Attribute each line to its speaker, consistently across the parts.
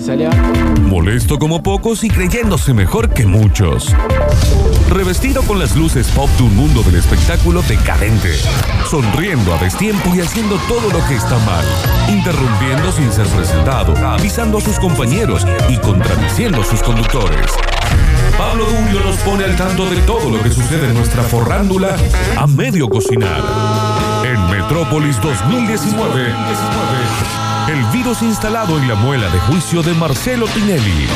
Speaker 1: salió.
Speaker 2: Molesto como pocos y creyéndose mejor que muchos. Revestido con las luces pop de un mundo del espectáculo decadente. Sonriendo a destiempo y haciendo todo lo que está mal. Interrumpiendo sin ser presentado, avisando a sus compañeros y contradiciendo a sus conductores. Pablo Durio nos pone al tanto de todo lo que sucede en nuestra forrándula a medio cocinar. En Metrópolis 2019, el virus instalado en la muela de juicio de Marcelo Tinelli.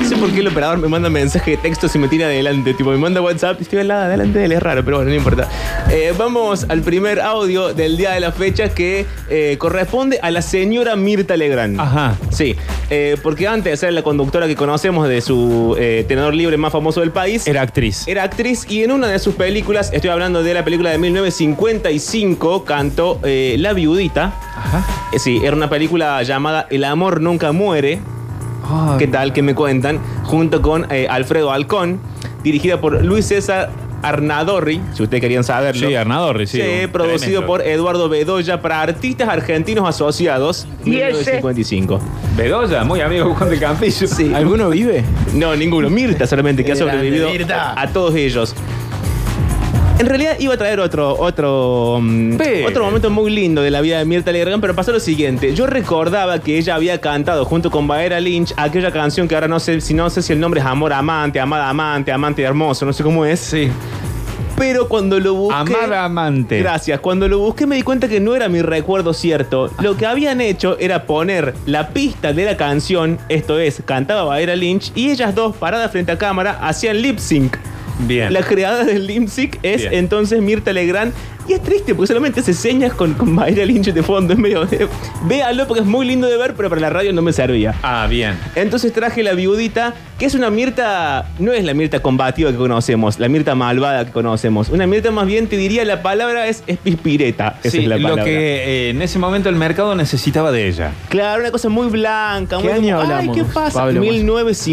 Speaker 1: No sé por qué el operador me manda mensaje de texto si me tira adelante. Tipo, me manda WhatsApp y estoy al lado, adelante de él. Es raro, pero bueno, no importa. Eh, vamos al primer audio del día de la fecha que eh, corresponde a la señora Mirta Legrand.
Speaker 3: Ajá.
Speaker 1: Sí, eh, porque antes de ser la conductora que conocemos de su eh, tenedor libre más famoso del país,
Speaker 3: Era actriz.
Speaker 1: era actriz y en una de sus películas, estoy hablando de la película de 1955, cantó eh, La Viudita.
Speaker 3: Ajá.
Speaker 1: Eh, sí, era una película llamada El amor nunca muere. ¿Qué tal? ah, que me cuentan? Junto con eh, Alfredo Alcón, dirigida por Luis César Arnadorri, si ustedes querían saberlo.
Speaker 3: Sí, Arnador, sí.
Speaker 1: Sí, producido
Speaker 3: Tremendo.
Speaker 1: por Eduardo Bedoya para artistas argentinos asociados.
Speaker 4: ¿Y ese?
Speaker 1: 1955.
Speaker 3: Bedoya, muy amigo de Juan de Campillo.
Speaker 1: Sí.
Speaker 3: ¿Alguno vive?
Speaker 1: No, ninguno. Mirta solamente, que ha
Speaker 5: Grande,
Speaker 1: sobrevivido
Speaker 5: Mirta.
Speaker 1: a todos ellos. En realidad iba a traer otro, otro, mm,
Speaker 3: Pero-
Speaker 1: otro momento muy lindo de la vida de Mirta Legrand, pero pasó lo siguiente. Yo recordaba que ella había cantado junto con Baera Lynch aquella canción que ahora no sé si no sé si el nombre es Amor Amante, Amada Amante, Amante Hermoso, no sé cómo es.
Speaker 3: Sí.
Speaker 1: Pero cuando lo busqué.
Speaker 3: Amar amante.
Speaker 1: Gracias. Cuando lo busqué me di cuenta que no era mi recuerdo cierto. Lo que habían hecho era poner la pista de la canción, esto es, cantaba Baera Lynch, y ellas dos, paradas frente a cámara, hacían lip sync.
Speaker 3: Bien.
Speaker 1: La creadora del lip sync es
Speaker 3: Bien.
Speaker 1: entonces Mirta Legrand. Y es triste porque solamente se señas con, con Baera Lynch de fondo. Es medio. de- Véalo porque es muy lindo de ver, pero para la radio no me servía.
Speaker 3: Ah, bien.
Speaker 1: Entonces traje la viudita, que es una Mirta, no es la Mirta combativa que conocemos, la Mirta malvada que conocemos. Una Mirta más bien, te diría, la palabra es, es pispireta. Esa
Speaker 3: Sí,
Speaker 1: es la palabra.
Speaker 3: lo que eh, en ese momento el mercado necesitaba de ella.
Speaker 1: Claro, una cosa muy blanca,
Speaker 5: ¿Qué
Speaker 1: muy...
Speaker 5: año
Speaker 1: Ay,
Speaker 5: hablamos,
Speaker 1: ¿qué pasa?
Speaker 5: Pablo?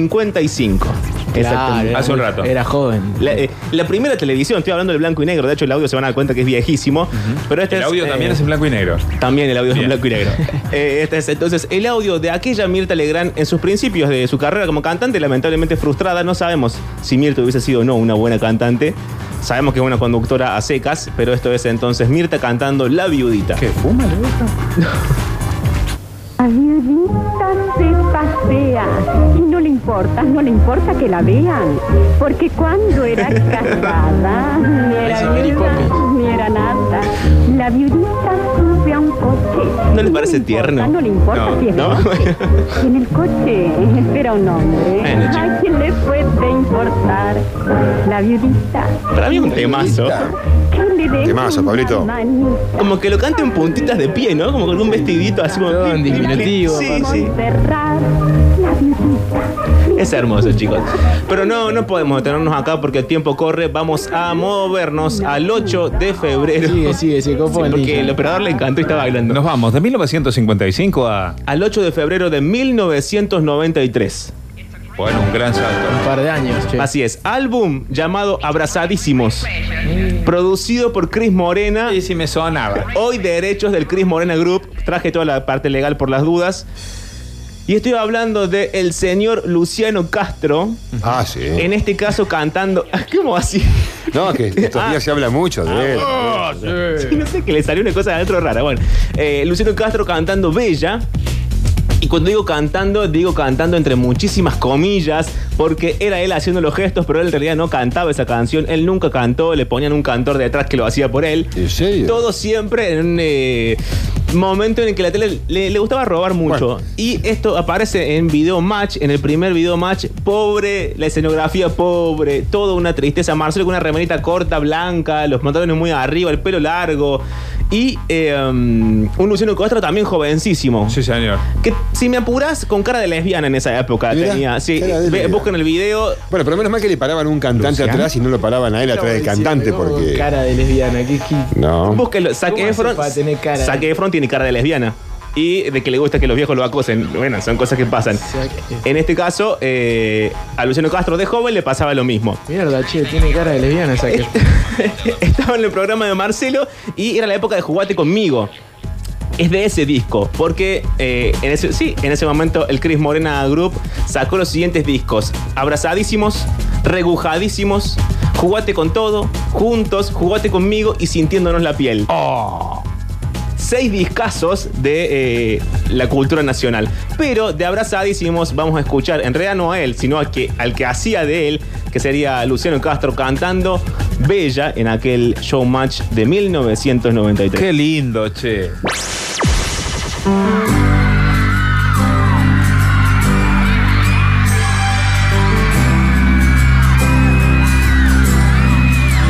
Speaker 1: 1955.
Speaker 5: Claro, era
Speaker 3: Hace un
Speaker 5: muy-
Speaker 3: rato.
Speaker 5: Era joven.
Speaker 1: La, eh, la primera televisión, estoy hablando de blanco y negro, de hecho el audio se van a dar cuenta que es viejísimo, pero este
Speaker 3: El
Speaker 1: es,
Speaker 3: audio
Speaker 1: eh,
Speaker 3: también es en blanco y negro.
Speaker 1: También el audio es en
Speaker 3: Bien.
Speaker 1: blanco y negro. Eh, este es entonces el audio de aquella Mirta Legrand en sus principios de su carrera como cantante, lamentablemente frustrada. No sabemos si Mirta hubiese sido o no una buena cantante. Sabemos que es una conductora a secas, pero esto es entonces Mirta cantando La Viudita.
Speaker 3: fuma la otra?
Speaker 6: La viudita se pasea y no le importa, no le importa que la vean, porque cuando era casada ni
Speaker 5: Parece
Speaker 6: era
Speaker 5: Mary
Speaker 6: viuda
Speaker 5: Poppins.
Speaker 6: ni era nada. La viudita sube a un coche.
Speaker 1: ¿No le
Speaker 6: y
Speaker 1: parece
Speaker 6: le importa,
Speaker 1: tierno?
Speaker 6: No le importa
Speaker 3: No,
Speaker 6: si es
Speaker 1: ¿no?
Speaker 6: noche. Y En el coche espera un hombre.
Speaker 1: Bueno, chico.
Speaker 6: ¿A quién le puede importar? La viudita.
Speaker 1: Para mí es un temazo.
Speaker 6: ¿Qué le deja
Speaker 7: Temazo,
Speaker 6: una
Speaker 7: Pablito.
Speaker 6: manita?
Speaker 1: Como que lo canta en puntitas de pie, ¿no? Como con un vestidito así como...
Speaker 5: Todo en diminutivo,
Speaker 1: Sí, sí.
Speaker 6: Montserrat, la viudita.
Speaker 1: Es hermoso, chicos. Pero no, no podemos detenernos acá porque el tiempo corre. Vamos a movernos al 8 de febrero.
Speaker 5: Sigue, sigue, se
Speaker 1: Sí,
Speaker 5: copó el
Speaker 1: porque
Speaker 5: ninja.
Speaker 1: el operador le encantó y está bailando.
Speaker 3: Nos vamos de 1955 a.
Speaker 1: Al 8 de febrero de 1993.
Speaker 3: Bueno, un gran salto.
Speaker 5: Un par de años, che.
Speaker 1: Así es, álbum llamado Abrazadísimos, producido por Cris Morena.
Speaker 3: Y si me sonaba.
Speaker 1: Hoy derechos del Cris Morena Group. Traje toda la parte legal por las dudas. Y estoy hablando de el señor Luciano Castro,
Speaker 7: Ah, sí.
Speaker 1: en este caso cantando. ¿Cómo así?
Speaker 7: No, que estos días se habla mucho de él.
Speaker 1: Sí, no sé, que le salió una cosa adentro rara. Bueno, eh, Luciano Castro cantando Bella. Y cuando digo cantando, digo cantando entre muchísimas comillas, porque era él haciendo los gestos, pero él en realidad no cantaba esa canción. Él nunca cantó, le ponían un cantor detrás que lo hacía por él.
Speaker 7: ¿En serio?
Speaker 1: Todo siempre en un eh, momento en el que la tele le, le gustaba robar mucho.
Speaker 7: Bueno.
Speaker 1: Y esto aparece en Video Match, en el primer Video Match. Pobre, la escenografía pobre, toda una tristeza. Marcelo con una remerita corta, blanca, los pantalones muy arriba, el pelo largo. Y eh, um, un Luciano Castro también jovencísimo.
Speaker 3: Sí, señor.
Speaker 1: Que si me apurás, con cara de lesbiana en esa época
Speaker 7: Mirá,
Speaker 1: tenía. Sí,
Speaker 7: cara de
Speaker 1: ve-
Speaker 7: lesbiana.
Speaker 1: busquen el video.
Speaker 7: Bueno, pero menos mal que le paraban un cantante
Speaker 3: Luciano.
Speaker 7: atrás y no lo paraban a él atrás del cantante porque...
Speaker 5: Cara de lesbiana, qué, qué-
Speaker 7: No.
Speaker 1: Búsquenlo. Zac
Speaker 5: ¿Cómo hace
Speaker 1: Efron.
Speaker 5: para tener cara?
Speaker 1: Zac Efron tiene cara de lesbiana. y de que le gusta que los viejos lo acosen. Bueno, son cosas que pasan. En este caso, eh, a Luciano Castro de joven le pasaba lo mismo.
Speaker 5: Mierda, che, tiene cara de lesbiana esa que.
Speaker 1: Estaba en el programa de Marcelo y era la época de Jugate conmigo. Es de ese disco, porque eh, en ese, sí, en ese momento el Chris Morena Group sacó los siguientes discos: Abrazadísimos, Regujadísimos, Jugate con todo, Juntos, Jugate conmigo y Sintiéndonos la piel. Seis discazos de eh, la cultura nacional. Pero de Abrazadísimos vamos a escuchar, en realidad no a él, sino a que, al que hacía de él, que sería Luciano Castro cantando Bella en aquel showmatch de 1993.
Speaker 3: Qué lindo, che.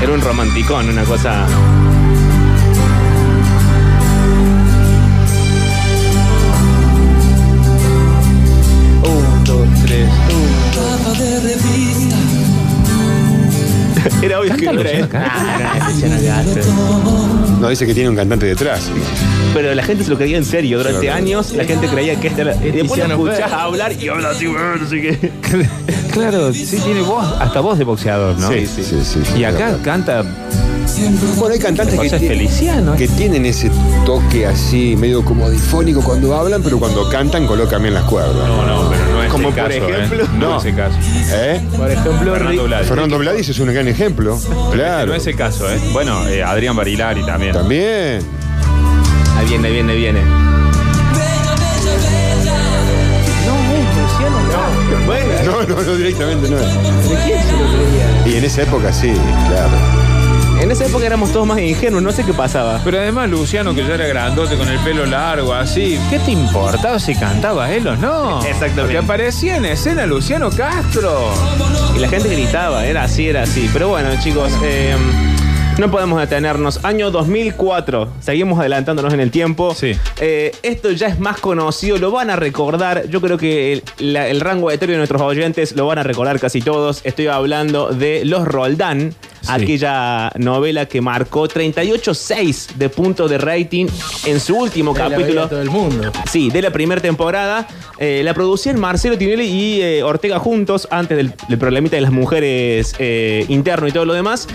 Speaker 1: Era un romanticón, una cosa.
Speaker 3: Un, dos, tres.
Speaker 1: Era obvio que no era él.
Speaker 7: No, dice que tiene un cantante detrás.
Speaker 1: Pero la gente se lo creía en serio. Durante
Speaker 7: Claro.
Speaker 1: años la gente creía que este era. Y después lo
Speaker 5: Tiziano
Speaker 1: escuchás
Speaker 5: Ferro.
Speaker 1: hablar y habla así, bueno, así que.
Speaker 3: Claro, sí tiene voz, hasta voz de boxeador, ¿no?
Speaker 7: Sí, sí, sí, sí, sí,
Speaker 3: Y acá
Speaker 7: claro.
Speaker 3: canta
Speaker 7: Bueno, hay cantantes que,
Speaker 3: José
Speaker 7: ti-
Speaker 3: Feliciano.
Speaker 7: que tienen ese toque así, medio como difónico cuando hablan, pero cuando cantan colocan bien las cuerdas.
Speaker 3: No, no, pero no es
Speaker 1: Como
Speaker 3: ese
Speaker 1: por
Speaker 3: caso, ¿eh?
Speaker 1: ejemplo.
Speaker 3: No
Speaker 7: No.
Speaker 3: es ese caso.
Speaker 7: ¿Eh?
Speaker 5: Por ejemplo,
Speaker 3: Fernando
Speaker 5: Rick-
Speaker 3: Blades.
Speaker 7: Fernando Bladis es un gran ejemplo. Claro.
Speaker 3: No es el caso, ¿eh? Bueno, eh, Adrián Barilari también.
Speaker 7: También.
Speaker 1: Ahí viene, ahí viene, ahí viene. Bueno,
Speaker 7: No, no, no, directamente no es. Y en esa época sí, claro.
Speaker 1: en esa época éramos todos más ingenuos, no sé qué pasaba.
Speaker 3: Pero además Luciano, que ya era grandote con el pelo largo, así, ¿qué te importaba si cantaba él o no?
Speaker 1: Exactamente.
Speaker 3: Que aparecía en escena Luciano Castro.
Speaker 1: Y la gente gritaba, era así, era así. Pero bueno, chicos, eh, no podemos detenernos. Año 2004, seguimos adelantándonos en el tiempo.
Speaker 3: Sí.
Speaker 1: Eh, esto ya es más conocido, lo van a recordar. Yo creo que el, la- el rango etéreo de nuestros oyentes lo van a recordar casi todos. Estoy hablando de Los Roldán,
Speaker 3: Sí.
Speaker 1: aquella novela que marcó 38.6 de punto de rating en su último
Speaker 5: la veía
Speaker 1: capítulo.
Speaker 5: Todo el mundo.
Speaker 1: Sí, de la primera temporada. Eh, la producían Marcelo Tinelli y eh, Ortega juntos, antes del, del problemita de las mujeres eh, interno y todo lo demás.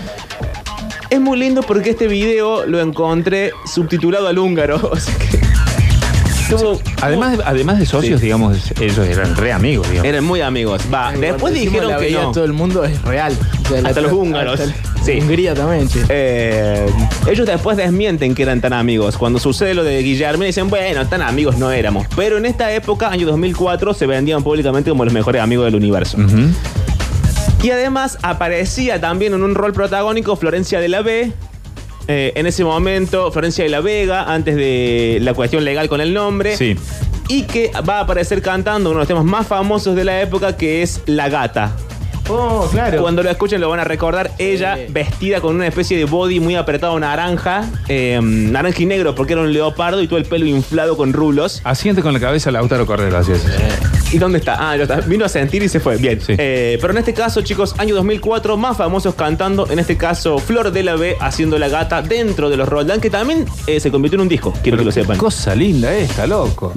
Speaker 1: Es muy lindo porque este video lo encontré subtitulado al húngaro. o sea que- tuvo-
Speaker 3: Además, además de socios, digamos, ellos eran re amigos, digamos.
Speaker 1: eran muy amigos. Va, después
Speaker 5: Cuando decimos
Speaker 1: dijeron
Speaker 5: la
Speaker 1: que
Speaker 5: veía
Speaker 1: no.
Speaker 5: Todo el mundo es real. O sea, la
Speaker 1: Hasta los
Speaker 5: tra-
Speaker 1: húngaros.
Speaker 5: hasta-
Speaker 1: Sí.
Speaker 5: Hungría también, che.
Speaker 1: Eh, ellos después desmienten que eran tan amigos. Cuando sucede lo de Guillermo, dicen, bueno, tan amigos no éramos. Pero en esta época, año 2004, se vendían públicamente como los mejores amigos del universo.
Speaker 3: Ujú.
Speaker 1: Y además aparecía también en un rol protagónico Florencia de la B. Eh, en ese momento, Florencia de la Vega, antes de la cuestión legal con el nombre.
Speaker 3: Sí.
Speaker 1: Y que va a aparecer cantando uno de los temas más famosos de la época, que es La Gata.
Speaker 5: Oh, claro.
Speaker 1: Cuando lo escuchen lo van a recordar. Ella
Speaker 5: Sí.
Speaker 1: vestida con una especie de body muy apretado naranja, eh, naranja y negro, porque era un leopardo y todo el pelo inflado con rulos.
Speaker 3: Asiente con la cabeza Lautaro Cordero, así es.
Speaker 1: ¿Y dónde está? Ah, ya está. Vino a sentir y se fue. Bien.
Speaker 3: Sí.
Speaker 1: Eh, pero en este caso, chicos, año 2004, más famosos cantando. En este caso, Flor de la B haciendo la gata dentro de los Roldán, que también eh, se convirtió en un disco. Quiero que lo sepan.
Speaker 3: Cosa linda esta, loco.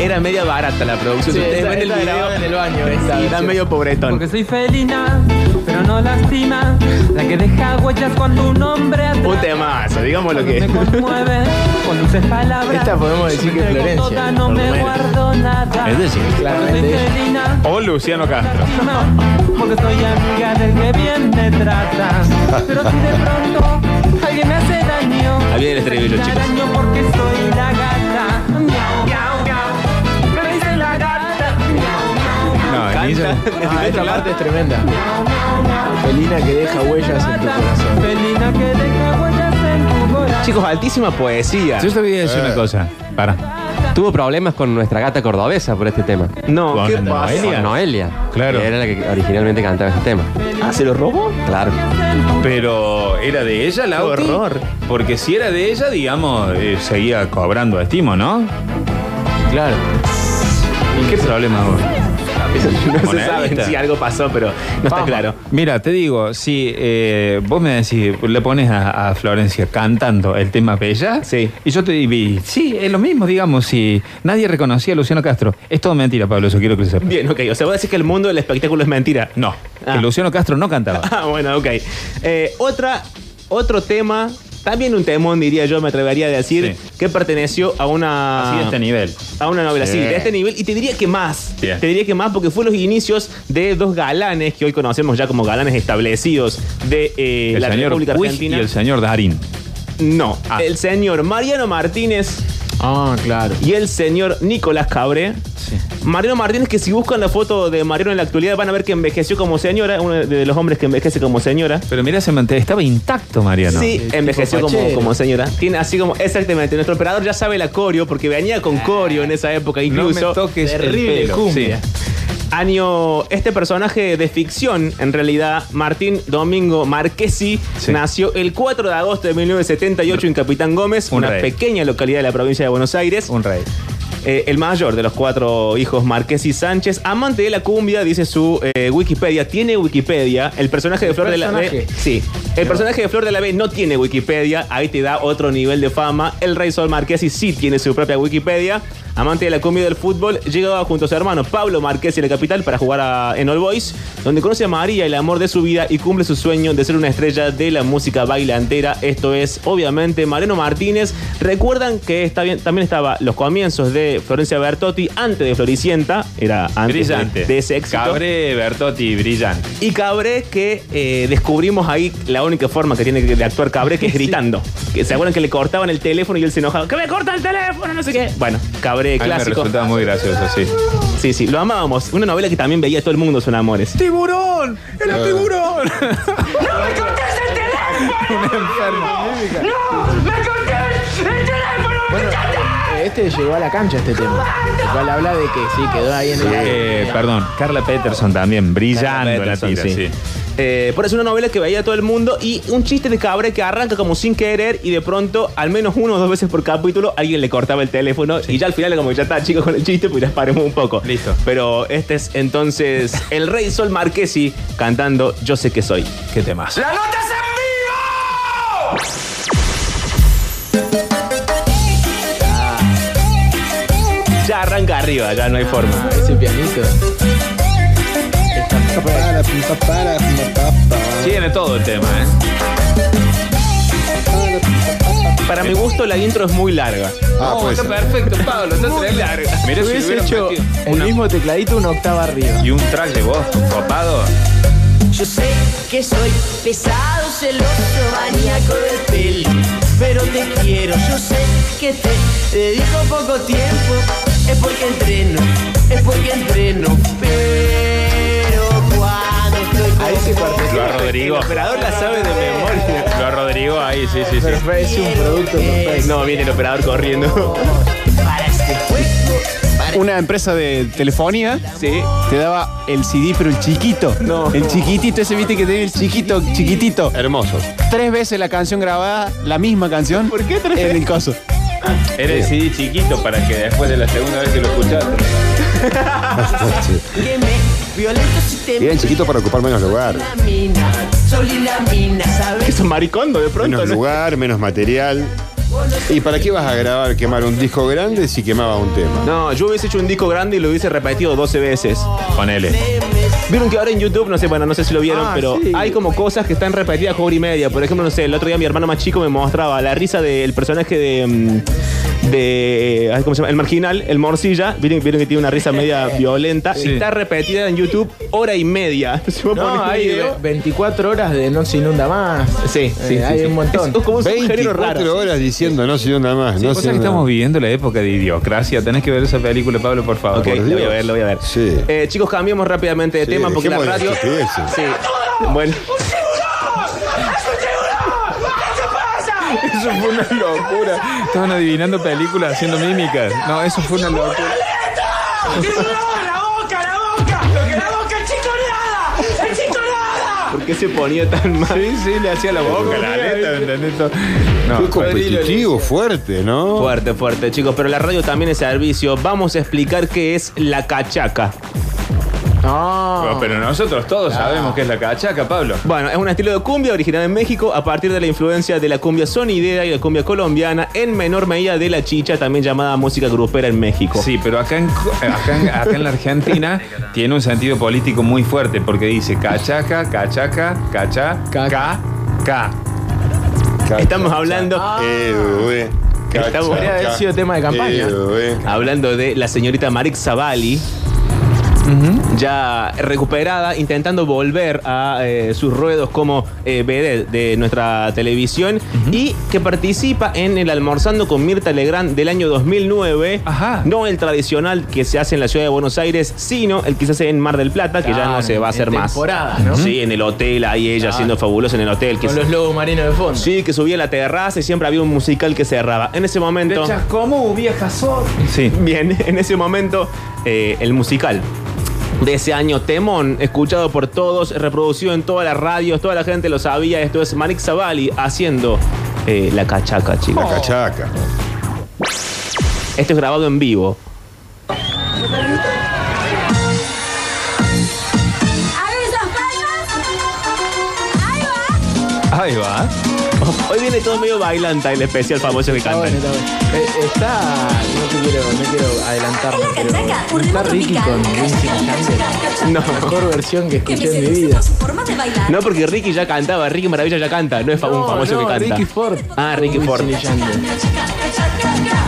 Speaker 1: Era media barata la producción.
Speaker 5: Sí,
Speaker 1: Si ustedes
Speaker 5: esa-
Speaker 1: ven el
Speaker 5: esa grabada en el
Speaker 1: video.
Speaker 5: baño, esa,
Speaker 1: y era
Speaker 5: che.
Speaker 1: medio
Speaker 4: Porque
Speaker 1: pobretón.
Speaker 4: soy felina, pero no lastima. La que deja huellas cuando un hombre atrás.
Speaker 1: Un temazo, digamos lo
Speaker 4: Cuando
Speaker 1: que
Speaker 4: me conmueve, cuando usas palabras.
Speaker 5: Esta podemos decir que es
Speaker 4: Entrego
Speaker 5: Florencia,
Speaker 4: toda, no
Speaker 5: por lo
Speaker 4: me
Speaker 5: menos.
Speaker 4: guardo nada.
Speaker 3: Es decir,
Speaker 4: Porque soy
Speaker 5: claramente ella.
Speaker 4: felina,
Speaker 3: O Luciano Castro.
Speaker 4: lastima, Porque soy amiga del que bien me trata. Pero si de pronto alguien me hace daño.
Speaker 1: Ahí viene el estribillo,
Speaker 4: me hace
Speaker 1: chicos.
Speaker 4: daño porque soy la gata. Miau, miau, miau. Me dice la gata. Miau, miau, miau.
Speaker 3: No, en
Speaker 1: Canta.
Speaker 3: ella-
Speaker 5: Ah, esta parte es tremenda. Felina que deja huellas en tu corazón.
Speaker 4: Felina que deja huellas en tu corazón.
Speaker 1: Chicos, altísima poesía.
Speaker 3: Yo te voy a decir una cosa. Para.
Speaker 8: Tuvo problemas con nuestra gata cordobesa por este tema.
Speaker 1: No,
Speaker 3: Con
Speaker 1: ¿qué
Speaker 3: el
Speaker 1: pasa?
Speaker 3: Noelia.
Speaker 8: Con Noelia.
Speaker 3: Claro.
Speaker 8: Que era la que originalmente cantaba este tema.
Speaker 1: Ah, ¿se lo robó?
Speaker 8: Claro.
Speaker 3: Pero era de ella la
Speaker 1: horror.
Speaker 3: Porque si era de ella, digamos, eh, seguía cobrando estimo, ¿no?
Speaker 5: Claro.
Speaker 3: ¿Y qué problema vos?
Speaker 1: No se
Speaker 3: Buena
Speaker 1: sabe
Speaker 3: vista.
Speaker 1: si algo pasó, pero no está
Speaker 3: Vamos.
Speaker 1: claro.
Speaker 3: Mira, te digo, si eh, vos me decís, le pones a, a Florencia cantando el tema Bella,
Speaker 1: Sí.
Speaker 3: y yo te digo, sí, es lo mismo, digamos, si nadie reconocía a Luciano Castro. Es todo mentira, Pablo, eso quiero que lo sepas.
Speaker 1: Bien, ok. O sea, vos decís que el mundo del espectáculo es mentira.
Speaker 3: No,
Speaker 1: Ah.
Speaker 3: que Luciano Castro no cantaba.
Speaker 1: Ah, bueno, ok. Eh, otra, otro tema, también un temón, diría yo, me atrevería a decir,
Speaker 3: Sí.
Speaker 1: que perteneció a una.
Speaker 3: Así de este nivel.
Speaker 1: A una novela, sí,
Speaker 3: Sí.
Speaker 1: de este nivel. Y te diría que más.
Speaker 3: Bien.
Speaker 1: Te diría que más porque fue los inicios de dos galanes que hoy conocemos ya como galanes establecidos de eh,
Speaker 3: El
Speaker 1: la
Speaker 3: señor
Speaker 1: República
Speaker 3: Puig y
Speaker 1: Argentina.
Speaker 3: el señor Darín.
Speaker 1: No,
Speaker 3: Ah.
Speaker 1: el señor Mariano Martínez
Speaker 5: Ah, claro.
Speaker 1: y el señor Nicolás Cabré. Mariano Martínez, que si buscan la foto de Mariano en la actualidad van a ver que envejeció como señora, uno de los hombres que envejece como señora.
Speaker 3: Pero mira, se mantenía, estaba intacto, Mariano.
Speaker 1: Sí, envejeció
Speaker 5: tipo
Speaker 1: como,
Speaker 5: fachero.
Speaker 1: como señora. Tiene así como, exactamente, nuestro operador ya sabe la coreo porque venía con coreo en esa época
Speaker 3: Ah. No me
Speaker 1: incluso.
Speaker 3: toques el
Speaker 1: Terrible
Speaker 3: pelo.
Speaker 1: cumbia.
Speaker 3: Sí.
Speaker 1: Año, este personaje de ficción, en realidad, Martín Domingo Marquesi,
Speaker 3: Sí.
Speaker 1: nació el 4 de agosto de 1978 en Capitán Gómez,
Speaker 3: Un
Speaker 1: una
Speaker 3: rey.
Speaker 1: pequeña localidad de la provincia de Buenos Aires.
Speaker 3: Un rey.
Speaker 1: Eh, el mayor de los cuatro hijos, Marquesi Sánchez, amante de la cumbia, dice su eh, Wikipedia. Tiene Wikipedia. El personaje de Flor de la B.
Speaker 5: personaje.
Speaker 1: Sí. El personaje de Flor de la B no tiene Wikipedia. Ahí te da otro nivel de fama. El Rey Sol Marquesi sí tiene su propia Wikipedia. Amante de la cumbia y del fútbol, llegaba junto a su hermano Pablo Marquesi a la capital para jugar a- en All Boys, donde conoce a María, el amor de su vida, y cumple su sueño de ser una estrella de la música bailantera. Esto es, obviamente, Mariano Martínez. Recuerdan que está bien, también estaba los comienzos de Florencia Bertotti antes de Floricienta. Era antes de-
Speaker 3: Brillante.
Speaker 1: de ese éxito.
Speaker 3: Cabré, Bertotti, brillante.
Speaker 1: Y Cabré que eh, descubrimos ahí la única forma que tiene de actuar Cabré, que es gritando. Que se acuerdan que le cortaban el teléfono y él se enojaba. ¡Que me corta el teléfono! No sé qué. Bueno, Cabré
Speaker 3: A mí me
Speaker 1: clásico.
Speaker 3: resultaba muy gracioso, sí.
Speaker 1: Sí, sí, lo amábamos. Una novela que también veía todo el mundo son amores.
Speaker 3: ¡Tiburón! ¡Era
Speaker 9: ¡No me
Speaker 3: tiburón!
Speaker 9: cortes el teléfono! ¡No! ¡Me cortes el teléfono!
Speaker 5: Bueno, eh, este llegó a la cancha este tema. El cual habla de que sí, quedó ahí en el aire.
Speaker 3: Eh, perdón, Carla Peterson también, brillando en la
Speaker 1: Peterson,
Speaker 3: tira,
Speaker 1: sí. Eh, por eso una novela que veía todo el mundo y un chiste de Cabré que arranca como sin querer y de pronto, al menos uno o dos veces por capítulo, alguien le cortaba el teléfono y ya al final era como que ya está chicos con el chiste, pues ya paremos un poco.
Speaker 3: Listo.
Speaker 1: Pero este es entonces el Rey Sol Marquesi cantando Yo sé que soy.
Speaker 3: ¿Qué temas?
Speaker 9: ¡La nota es en vivo!
Speaker 1: Ya arranca arriba, ya no hay forma.
Speaker 5: Ese pianito.
Speaker 7: Para, pa, para, pa, pa, pa.
Speaker 3: Tiene todo el tema, ¿eh?
Speaker 1: Para mi gusto la intro es muy larga.
Speaker 7: Ah, pues.
Speaker 3: Oh, perfecto, Pablo, está muy largo. Mira si
Speaker 5: Hubiese
Speaker 3: hubiera
Speaker 5: hecho
Speaker 3: hecho
Speaker 5: el mismo tecladito una octava arriba.
Speaker 3: y un track de voz copado.
Speaker 9: Yo sé que soy pesado, celoso, maníaco del pelo, pero te quiero. Yo sé que te dedico poco tiempo, es porque entreno, es porque entreno, pero cuando estoy con
Speaker 5: Ahí se cuarteto.
Speaker 3: Lo a Rodrigo.
Speaker 1: El operador la sabe de memoria.
Speaker 3: Lo a Rodrigo ahí, sí, sí, sí.
Speaker 5: Perfecto, es un producto perfecto.
Speaker 1: No, viene el operador corriendo.
Speaker 9: para este cuerpo, para
Speaker 10: Una empresa de telefonía
Speaker 1: Sí.
Speaker 10: te daba el CD, pero el chiquito.
Speaker 1: No.
Speaker 10: El chiquitito, ese viste que tenía el chiquito, chiquitito.
Speaker 7: Hermoso.
Speaker 10: Tres veces la canción grabada, la misma canción. ¿Por qué tres En el coso.
Speaker 3: Era el CD chiquito para que después de la segunda vez que lo escuchaste.
Speaker 9: que me violento si te
Speaker 7: Eran chiquitos para ocupar menos lugar.
Speaker 9: la mina, sol y la mina, ¿sabes?
Speaker 1: Eso es maricondo de pronto,
Speaker 7: Menos
Speaker 1: ¿no?
Speaker 7: lugar, menos material. ¿Y para qué vas a grabar, quemar un disco grande si quemabas un tema?
Speaker 1: No, yo hubiese hecho un disco grande y lo hubiese repetido 12 veces.
Speaker 3: Ponele.
Speaker 1: Vieron que ahora en YouTube, no sé, bueno, no sé si lo vieron,
Speaker 3: Ah,
Speaker 1: pero hay como cosas que están repetidas con hora y media. Por ejemplo, no sé, el otro día mi hermano más chico me mostraba la risa del personaje de. mm, de ay, ¿Cómo se llama? El marginal, el morcilla. Vieron, vieron que tiene una risa media violenta.
Speaker 3: Sí.
Speaker 1: Está repetida en YouTube hora y media. Entonces, vos ponés
Speaker 5: No,
Speaker 1: un
Speaker 5: hay
Speaker 3: ¿eh?
Speaker 1: video.
Speaker 5: 24 este horas de no se inunda más.
Speaker 1: Sí, sí,
Speaker 5: Eh,
Speaker 1: sí,
Speaker 5: hay
Speaker 1: sí.
Speaker 5: un montón.
Speaker 1: Es como un género
Speaker 7: 24
Speaker 1: raro.
Speaker 7: horas diciendo, no, señor, nada más.
Speaker 3: Vos
Speaker 7: No,
Speaker 3: sabés
Speaker 7: señor,
Speaker 3: que
Speaker 7: nada
Speaker 3: estamos
Speaker 7: más.
Speaker 3: viviendo la época de idiocracia. Tenés que ver esa película, Pablo, por favor.
Speaker 1: Ok,
Speaker 7: Por
Speaker 1: lo voy a
Speaker 7: Dios.
Speaker 1: ver, lo voy a ver.
Speaker 7: Sí.
Speaker 1: Eh, chicos, cambiamos rápidamente de
Speaker 7: Sí,
Speaker 1: tema porque la
Speaker 7: dejemos de
Speaker 1: radio.
Speaker 7: estupideces.
Speaker 1: Sí. Bueno.
Speaker 3: Eso fue una locura. Estaban adivinando películas haciendo mímicas. No, eso fue una locura.
Speaker 5: eh.
Speaker 9: ¡La boca, la boca! ¡La boca, chiconada! ¡El chiconada!
Speaker 1: ¿Por qué se ponía tan mal?
Speaker 3: Sí, sí, le hacía la boca, la aleta, ¿entendés? No,
Speaker 7: Fue competitivo, fuerte, ¿no?
Speaker 1: Fuerte, fuerte, chicos, pero la radio también es servicio. Vamos a explicar qué es la cachaca. No.
Speaker 3: Pero nosotros todos sabemos que es la cachaca, Pablo.
Speaker 1: Bueno, es un estilo de cumbia originado en México a partir de la influencia de la cumbia sonidera y la cumbia colombiana, en menor medida de la chicha, también llamada música grupera en México.
Speaker 3: Sí, pero acá en, eh, acá en- acá en la Argentina tiene un sentido político muy fuerte porque dice cachaca, cachaca, cacha, ca, ca.
Speaker 1: Estamos hablando.
Speaker 3: Ah.
Speaker 7: Ah. Eh,
Speaker 1: Estamos-
Speaker 5: Podría haber sido tema de campaña.
Speaker 3: Ah.
Speaker 1: Hablando de la señorita Marik Zavalli, ya recuperada, intentando volver a eh, sus ruedos como eh, vedette de nuestra televisión y que participa en el Almorzando con Mirta Legrand del año 2009.
Speaker 3: Ajá.
Speaker 1: No el tradicional que se hace en la ciudad de Buenos Aires, sino el que se hace en Mar del Plata, que ya no
Speaker 5: Claro,
Speaker 1: se va a
Speaker 5: en
Speaker 1: hacer más.
Speaker 5: temporada, ¿no?
Speaker 1: Sí, en el hotel, ahí ella siendo fabulosa en el hotel. Que
Speaker 5: Con
Speaker 1: se-
Speaker 5: los lobos marinos de fondo.
Speaker 1: Sí, que subía a la terraza y siempre había un musical que cerraba. En ese momento.
Speaker 3: Chascomú, vieja sol. Sí.
Speaker 1: Bien, en ese momento, eh, el musical de ese año, Temón, escuchado por todos, reproducido en todas las radios, toda la gente lo sabía. Esto es Manik Zavalli haciendo eh, la cachaca, chicos.
Speaker 7: La
Speaker 5: Oh.
Speaker 7: cachaca.
Speaker 1: Esto es grabado en vivo.
Speaker 11: ¡Abre esas palmas! ¡Ahí va!
Speaker 3: Ahí va.
Speaker 1: Hoy viene todo medio bailanta el especial famoso que
Speaker 5: Está bueno,
Speaker 1: cantan.
Speaker 5: está bueno. Eh, está. No te quiero, no quiero adelantarme,
Speaker 11: Es la
Speaker 5: pero
Speaker 11: cachaca, un ritmo
Speaker 5: está Ricky con
Speaker 11: tropical.
Speaker 5: Vincent Cassel.
Speaker 1: No.
Speaker 5: La mejor versión que
Speaker 11: Que me
Speaker 5: escuché en mi
Speaker 11: seduce
Speaker 5: vida.
Speaker 11: por su forma de bailar.
Speaker 1: No, porque Ricky ya cantaba, Ricky Maravilla ya canta, no es fa- un famoso
Speaker 5: no,
Speaker 1: que canta.
Speaker 5: Ricky Ford.
Speaker 1: Ah, Ricky
Speaker 5: Uy,
Speaker 1: Ford.
Speaker 5: sí, leyendo.
Speaker 11: Cachaca, cachaca.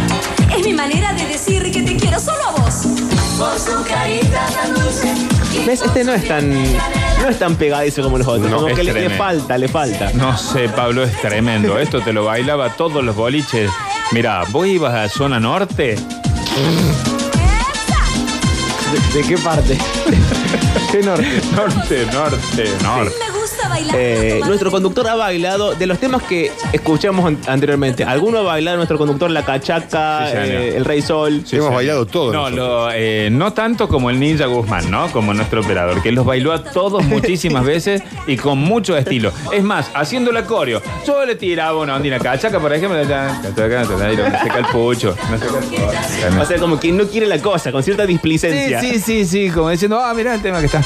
Speaker 11: Es mi manera de decir que te quiero solo a vos. Por su carita tan dulce. y
Speaker 1: ¿Ves?
Speaker 11: por
Speaker 1: Este
Speaker 11: su
Speaker 1: no es tan.
Speaker 11: piel
Speaker 1: No es tan pegadizo como los otros.
Speaker 3: No,
Speaker 1: como
Speaker 3: es
Speaker 1: que le, le
Speaker 3: tremendo.
Speaker 1: falta, le falta.
Speaker 3: No sé, Pablo, es tremendo. Esto te lo bailaba a todos los boliches. Mira, vos ibas a zona norte.
Speaker 5: ¿De, de qué parte? ¿Qué norte?
Speaker 3: Norte, norte, norte.
Speaker 11: Me gusta bailar.
Speaker 1: Eh,
Speaker 11: tomar
Speaker 1: nuestro conductor ha bailado de los temas que escuchamos an- anteriormente. ¿Alguno ha bailado nuestro conductor La Cachaca,
Speaker 3: Sí, señor.
Speaker 1: eh, El Rey Sol?
Speaker 7: Hemos bailado todo.
Speaker 3: No,
Speaker 7: nosotros.
Speaker 3: lo, eh, no tanto como el Ninja Guzmán, ¿no? Como nuestro operador, que los bailó a todos muchísimas veces y con mucho estilo. Es más, haciendo la coreo, yo le tiraba una ondina cachaca, por ejemplo, ya, cachaca, cachaca, y lo- me seca el pucho. me seca el pucho.
Speaker 1: O sea, como que no quiere la cosa, con cierta displicencia.
Speaker 3: Sí, sí, sí, sí, como diciendo, ah, mirá el tema que está.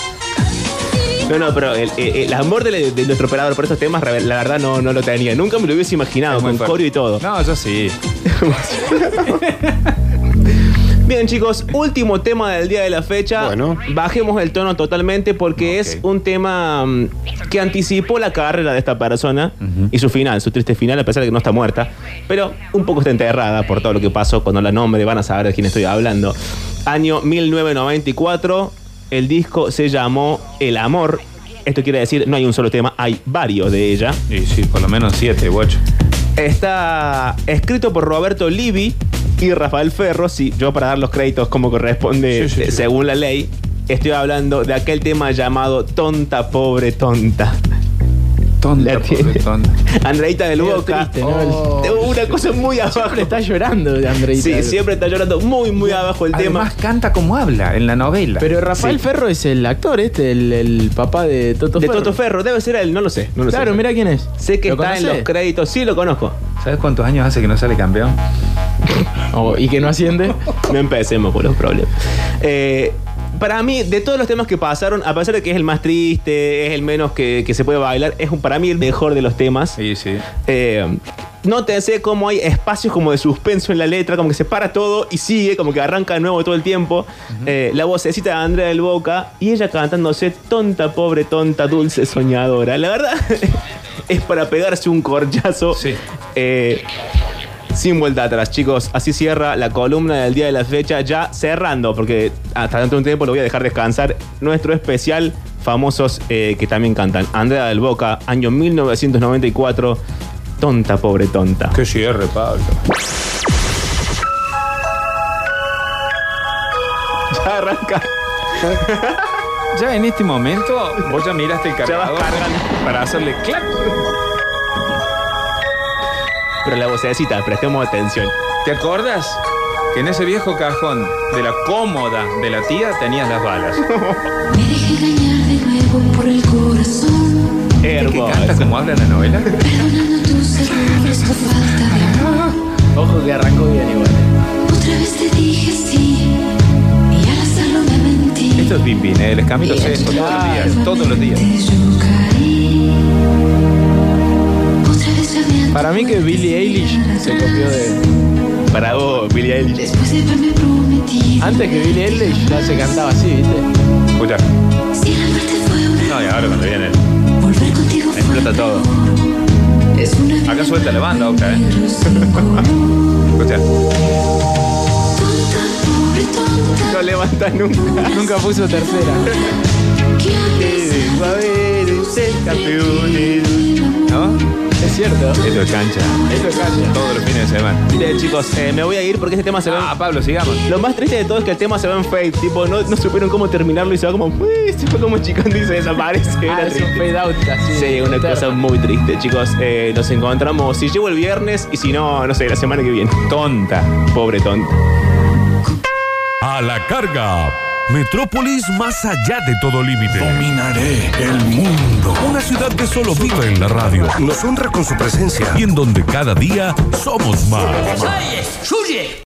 Speaker 1: No, no, pero el, eh, el- el amor de, de nuestro operador por estos temas, re- la verdad, no, no lo tenía. Nunca me lo hubiese imaginado,
Speaker 3: Es muy
Speaker 1: con
Speaker 3: fuerte.
Speaker 1: coreo y todo.
Speaker 3: No, yo sí.
Speaker 1: Bien, chicos, último tema del día de la fecha.
Speaker 7: Bueno.
Speaker 1: Bajemos el tono totalmente porque es un tema mm, que anticipó la carrera de esta persona y su final, su triste final, a pesar de que no está muerta. Pero un poco está enterrada por todo lo que pasó. Cuando la nombre van a saber de quién estoy hablando. Año 1994, el disco se llamó El Amor. Esto quiere decir, no hay un solo tema, hay varios de ella.
Speaker 3: Y sí, por lo menos siete u ocho.
Speaker 1: Está escrito por Roberto Livi y Rafael Ferro. Sí, yo para dar los créditos como corresponde
Speaker 3: Sí, sí,
Speaker 1: eh,
Speaker 3: sí.
Speaker 1: según la ley, estoy hablando de aquel tema llamado Tonta, pobre tonta.
Speaker 3: Tonta,
Speaker 1: La tiene.
Speaker 3: pobre tonta.
Speaker 1: Andreita del
Speaker 5: Medio
Speaker 1: Boca.
Speaker 5: triste, ¿no?
Speaker 1: Oh, Una cosa muy abajo.
Speaker 5: Siempre está llorando, Andreita.
Speaker 1: Sí, siempre está llorando muy, muy abajo el
Speaker 3: Además,
Speaker 1: tema.
Speaker 3: canta como habla en la novela.
Speaker 5: Pero Rafael
Speaker 1: Sí.
Speaker 5: Ferro es el actor este, el, el papá de Toto
Speaker 1: De
Speaker 5: Ferro.
Speaker 1: Toto Ferro, debe ser él, no lo sé. no lo sé.
Speaker 5: Claro, mira quién es.
Speaker 1: Sé que
Speaker 5: ¿Lo
Speaker 1: está en
Speaker 5: conoce?
Speaker 1: los créditos, sí lo conozco.
Speaker 3: ¿sabes cuántos años hace que no sale campeón?
Speaker 5: Oh, y que no asciende.
Speaker 1: No empecemos con los problemas. Eh, para mí, de todos los temas que pasaron, a pesar de que es el más triste, es el menos que, que se puede bailar, es un- para mí el mejor de los temas.
Speaker 3: Sí, sí.
Speaker 1: Eh, nótense cómo hay espacios como de suspenso en la letra, como que se para todo y sigue, como que arranca de nuevo todo el tiempo. Eh, la vocecita de Andrea del Boca y ella cantándose tonta, pobre, tonta, dulce, soñadora. La verdad es para pegarse un corchazo.
Speaker 3: Sí.
Speaker 1: Eh, sin vuelta atrás, chicos. Así cierra la columna del día de la fecha, ya cerrando, porque hasta dentro de un tiempo lo voy a dejar descansar. Nuestro especial, famosos eh, que también cantan. Andrea del Boca, año 1994. Tonta, pobre tonta.
Speaker 3: Qué cierre, Pablo.
Speaker 1: Ya arranca.
Speaker 3: Ya en este momento, vos ya miraste el
Speaker 1: Ya vas
Speaker 3: cargador
Speaker 1: cargando.
Speaker 3: para hacerle clac.
Speaker 1: Pero la vocecita, prestemos atención.
Speaker 3: ¿Te acordás? Que en ese viejo cajón de la cómoda de la tía tenías las balas.
Speaker 11: Me dejé engañar de nuevo por el corazón.
Speaker 3: ¿Qué
Speaker 1: Hermoso.
Speaker 3: canta como habla en la novela?
Speaker 11: Perdonando tus errores por falta de amor.
Speaker 5: Ojo que arrancó bien igual.
Speaker 11: Otra vez te dije sí. Y al hacerlo me mentí.
Speaker 3: Escamito es bimbín, ¿eh? el escamito es esto, todos los días, todos los días.
Speaker 11: Para mí que Billie Eilish se copió de...
Speaker 1: Para vos, Billie Eilish.
Speaker 11: Antes que Billie Eilish ya se cantaba así, ¿viste?
Speaker 3: Escucha. No, y ahora cuando viene. Explota todo. Acá suelta la banda, Oca, ¿eh? Escucha.
Speaker 1: No levanta nunca.
Speaker 11: Nunca puso tercera.
Speaker 3: ¿No?
Speaker 11: Es cierto.
Speaker 3: Esto es cancha.
Speaker 11: Esto es cancha.
Speaker 3: Todos los fines de semana.
Speaker 1: Miren, chicos, eh, me voy a ir porque este tema se va.
Speaker 3: Ah, Pablo, sigamos.
Speaker 1: Lo más triste de todo es que el tema se va en fade. Tipo, no, no supieron cómo terminarlo y se va como. "Uy", Se fue como chicando y se desaparece. Era
Speaker 11: Ah, es un
Speaker 1: triste.
Speaker 11: fade out así.
Speaker 1: Sí, una
Speaker 11: Claro.
Speaker 1: cosa muy triste, chicos. Eh, nos encontramos, si llego el viernes y si no, no sé, la semana que viene.
Speaker 3: Tonta.
Speaker 1: Pobre tonto.
Speaker 2: A la carga. Metrópolis más allá de todo límite.
Speaker 12: Dominaré el mundo.
Speaker 2: Una ciudad que solo vive en la radio
Speaker 12: Nos honra con su presencia.
Speaker 2: y en donde cada día somos más.
Speaker 4: ¡Oye! ¡Suye!